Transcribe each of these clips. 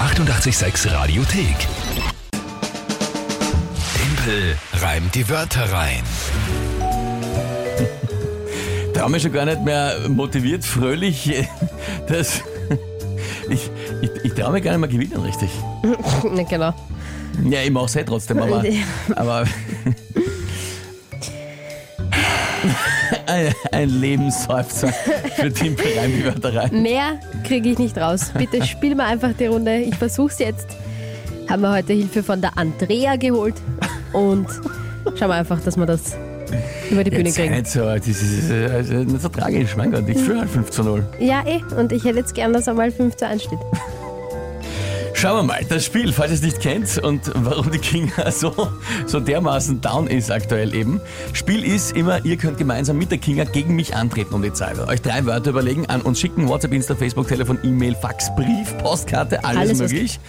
886 Radiothek. Tempel reimt die Wörter rein. Da haben wir schon gar nicht mehr motiviert, fröhlich. äh, Das, ich ich, ich traue mir gar nicht mehr gewinnen, richtig. Na, genau. Ja, ich mache es eh trotzdem, aber. aber ein, ein Lebensseufzer für den rein. Mehr kriege ich nicht raus. Bitte spiel mal einfach die Runde. Ich versuch's jetzt. Haben wir heute Hilfe von der Andrea geholt. Und schauen wir einfach, dass wir das über die Bühne Jetzt sei kriegen. nicht so, das ist, äh, das ist nicht so tragisch, mein Gott, ich führe halt 5 zu 0. Ja, eh. Und ich hätte jetzt gern, dass einmal 5 zu 1 steht. Schauen wir mal, das Spiel, falls ihr es nicht kennt und warum die Kinga so, so dermaßen down ist aktuell eben. Spiel ist immer, ihr könnt gemeinsam mit der Kinga gegen mich antreten um die Zeit. Euch drei Wörter überlegen, an uns schicken, WhatsApp, Insta, Facebook, Telefon, E-Mail, Fax, Brief, Postkarte, alles, Alles, was möglich.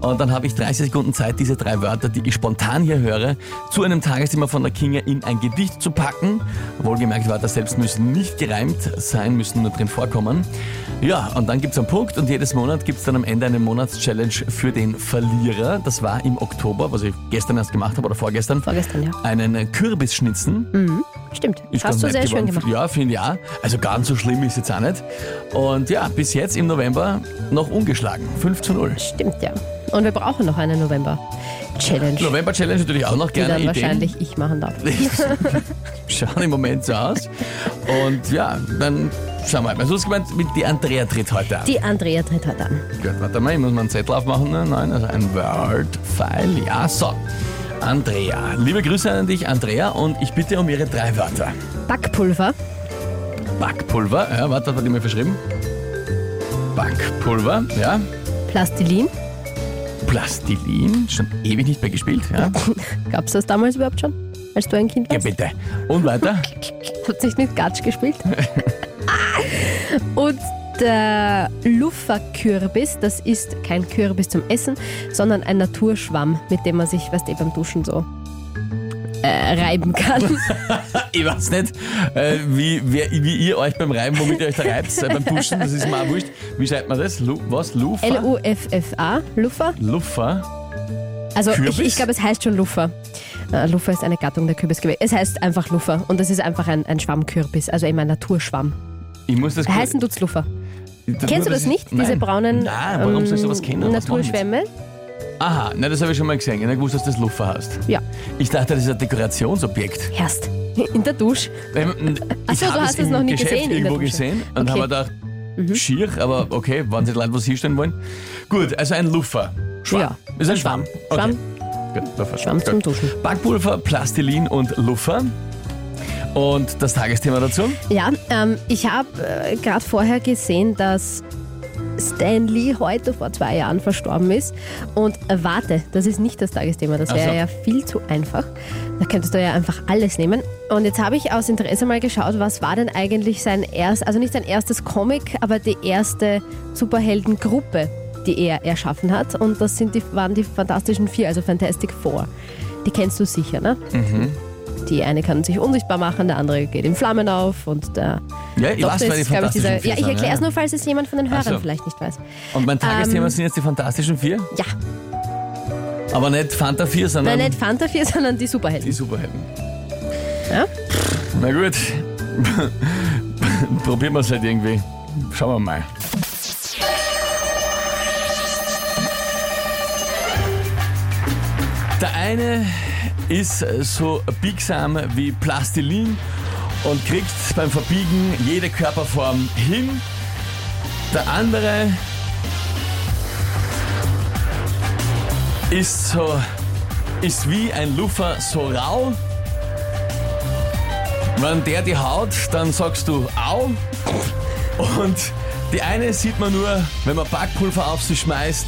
Und dann habe ich 30 Sekunden Zeit, diese drei Wörter, die ich spontan hier höre, zu einem Tagesthema von der Kinga in ein Gedicht zu packen. Wohlgemerkt, Wörter selbst müssen nicht gereimt sein, müssen nur drin vorkommen. Ja, und dann gibt's einen Punkt und jedes Monat gibt's dann am Ende eine Monatschallenge für den Verlierer. Das war im Oktober, was ich gestern erst gemacht habe oder vorgestern. Vorgestern, ja. Einen Kürbis schnitzen. Stimmt. Ist ganz Hast du nett sehr schön geworden. gemacht. Ja, finde ich auch. Also ganz so schlimm ist jetzt auch nicht. Und ja, bis jetzt im November noch ungeschlagen. 5 zu 0. Stimmt, ja. Und wir brauchen noch eine November-Challenge, die November Challenge natürlich auch noch gerne dann Ideen. wahrscheinlich ich machen darf. Schauen im Moment so aus. Und ja, dann schauen wir mal. So ist gemeint, mit die Andrea tritt heute an. Die Andrea tritt heute an. Gut, warte mal, ich muss mal einen Zettel aufmachen. ne? Nein, also ein Word-File. Ja, so. Andrea. Liebe Grüße an dich, Andrea, und ich bitte um ihre drei Wörter. Backpulver, Backpulver, ja, warte, hat er mir verschrieben? Backpulver, ja. Plastilin. Plastilin, schon ewig nicht mehr gespielt, ja. Gab's das damals überhaupt schon? Als du ein Kind Ja, warst? bitte. Und weiter? Hat sich nicht Gatsch gespielt. Und der Lufferkürbis, das ist kein Kürbis zum Essen, sondern ein Naturschwamm, mit dem man sich, weißt du, eh beim Duschen so äh, reiben kann. Ich weiß nicht, äh, wie, wer, wie ihr euch beim Reiben, womit ihr euch da reibt, äh, beim Duschen, das ist mir auch wurscht. Wie schreibt man das? Lu was? Lufa? L-U-F-F-A, Luffer. Luffa? Also Kürbis? ich, ich glaube, es heißt schon Luffer. Äh, Luffer ist eine Gattung der Kürbisgewächse. Es heißt einfach Luffer und das ist einfach ein, ein Schwammkürbis, also eben ein Naturschwamm. Ich muss das Heißen tut's Luffer. Kennst du das nicht, diese Nein. braunen ähm, Nein, warum soll ich sowas kennen? Was machen die? Naturschwämme? Aha, na, das habe ich schon mal gesehen. Ich habe gewusst, dass das Luffer heißt. Ja, Ich dachte, das ist ein Dekorationsobjekt. erst. In der Dusche. Ähm, Ach so, ich du habe hast es es im noch nie Geschäft gesehen in der irgendwo Dusche. gesehen und Okay. Mhm. habe gedacht, schier, aber okay, wenn sie die Leute was hinstellen wollen. Gut, also ein Luffer. Schwamm. Ja, Ist ein, ein Schwamm. Schwamm. Okay. Gut, Luffer. Schwamm Gut. zum Duschen. Backpulver, Plastilin und Luffer. Und das Tagesthema dazu? Ja, ähm, ich habe äh, gerade vorher gesehen, dass Stan Lee heute vor zwei Jahren verstorben ist. Und äh, warte, das ist nicht das Tagesthema, das Ach wäre so. ja viel zu einfach. Da könntest du ja einfach alles nehmen. Und jetzt habe ich aus Interesse mal geschaut, was war denn eigentlich sein erst, also nicht sein erstes Comic, aber die erste Superheldengruppe, die er erschaffen hat. Und das sind die, waren die Fantastischen Vier, also Fantastic Four. Die kennst du sicher, ne? Die eine kann sich unsichtbar machen, der andere geht in Flammen auf und der Ja, ich weiß, weil die glaub fantastischen Ja, vier ich sind, erkläre ja. es nur, falls es jemand von den Hörern Ach so. vielleicht nicht weiß. Und mein Tagesthema Ähm, sind jetzt die fantastischen vier, Ja, aber nicht Fanta 4, sondern nein, nicht Fanta 4, sondern die die Superhelden. Superhelden. Ja? Na gut, probieren wir es halt irgendwie. Schauen wir mal. Der eine ist so biegsam wie Plastilin und kriegt beim Verbiegen jede Körperform hin. Der andere ist so ist wie ein Luffer so rau. Wenn der die haut, dann sagst du au. Und die eine sieht man nur, wenn man Backpulver auf sie schmeißt.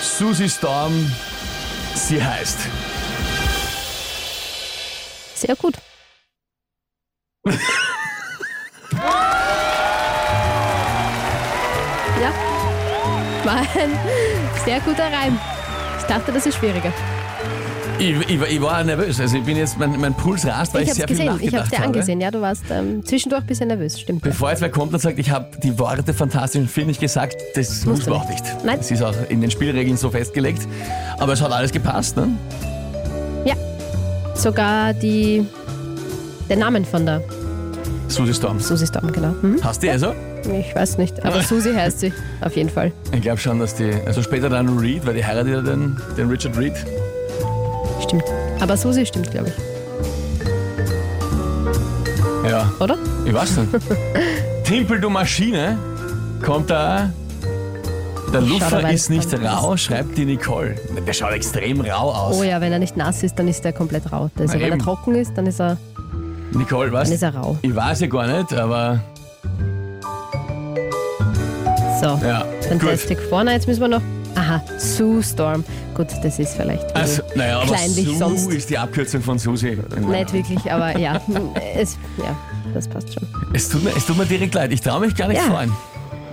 Susi Storm, sie heißt. Sehr gut. ja, war ein sehr guter Reim. Ich dachte, das ist schwieriger. Ich, ich, war- ich war nervös. Also ich bin jetzt, mein, mein Puls rast, weil ich, ich sehr hab's gesehen, viel ich hab's nachgedacht dir habe. angesehen. Ja, du warst ähm, zwischendurch ein bisschen nervös, stimmt. Bevor jetzt wer kommt und sagt, ich habe die Worte fantastisch und viel nicht gesagt, das muss Musst man du auch nicht. nicht. Nein. Das ist auch in den Spielregeln so festgelegt. Aber es hat alles gepasst, ne? Sogar die, den Namen von der Susi Storms. Susi Storm, genau. Hm? Hast du die also? Ich weiß nicht, aber Susi heißt sie, auf jeden Fall. Ich glaube schon, dass die, also später dann Reed, weil die heiratet ja den, den Richard Reed. Stimmt. Aber Susi stimmt, glaube ich, Ja, oder? ich weiß nicht. Timpel, du Maschine, kommt da. Der Ich schau Luffer dabei ist nicht dran. rau, schreibt die Nicole. Der schaut extrem rau aus. Oh ja, wenn er nicht nass ist, dann ist er komplett rau. Also, Na wenn er eben. trocken ist, dann ist er, Nicole, was? dann ist er rau. Ich weiß ja gar nicht, aber So, ja. Gut. fantastic. Vorne, jetzt müssen wir noch. Aha, Sue Storm. Gut, das ist vielleicht. ein Also, naja, aber Kleinlich Su sonst. ist die Abkürzung von Susi. bisschen- Nicht wirklich, aber ja. Es, ja, das passt schon. Es tut mir, es tut mir direkt leid. Ich traue mich gar nicht Ja. freuen.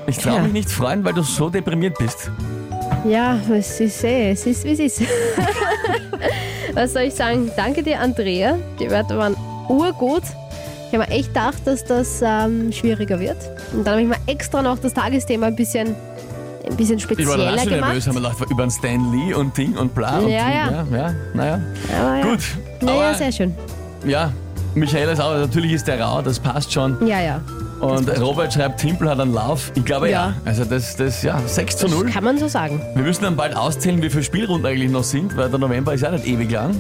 Ich traue Ja. mich nicht freuen, weil du so deprimiert bist. Ja, es ist eh, es ist wie es ist. Was soll ich sagen? Danke dir, Andrea. Die Wörter waren urgut. Ich habe mir echt gedacht, dass das ähm, schwieriger wird. Und dann habe ich mir extra noch das Tagesthema ein bisschen, ein bisschen Ich war dann auch spezieller schon nervös, gemacht. haben wir gedacht, über den Stan Lee und Ding und bla. Und Ja, ja. ja, naja. Aber ja. Gut. Naja, aber, sehr schön. ja, Michael ist auch, also natürlich ist der rau, das passt schon. Ja, ja. Und Robert schreibt, Timpel hat einen Lauf. Ich glaube ja. Ja. Also das, das, ja, 6 zu 0. Kann man so sagen. Wir müssen dann bald auszählen, wie viele Spielrunden eigentlich noch sind, weil der November ist ja nicht ewig lang.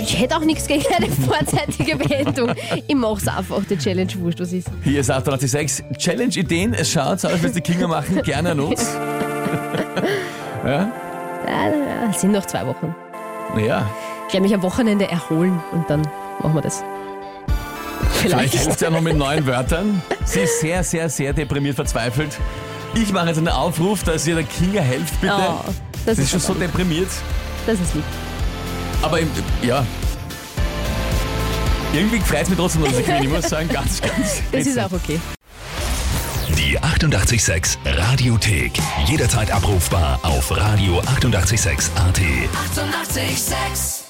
Ich hätte auch nichts gegen eine vorzeitige Beendung. Ich mach's einfach, die Challenge wurscht, was ist. Hier ist 886 Challenge-Ideen. Es schaut so aus, wenn die Kinder machen. Gerne an uns. ja? Ah, Es sind noch zwei Wochen. Ja. Ich werde mich am Wochenende erholen und dann machen wir das. Vielleicht Vielleicht. hilft es ja noch mit neuen Wörtern. Sie ist sehr, sehr, sehr deprimiert, verzweifelt. Ich mache jetzt einen Aufruf, dass ihr der Kinga helft, bitte. Oh, das, Sie ist ist schon ist so deprimiert. Das ist lieb. Aber im, ja. Irgendwie freut es mich trotzdem, dass ich gewinne. Ich muss sagen, ganz, ganz. Das ist auch okay. Die 886 Radiothek. Jederzeit abrufbar auf radio886.at. 886! 886. Eighty-eight, sex.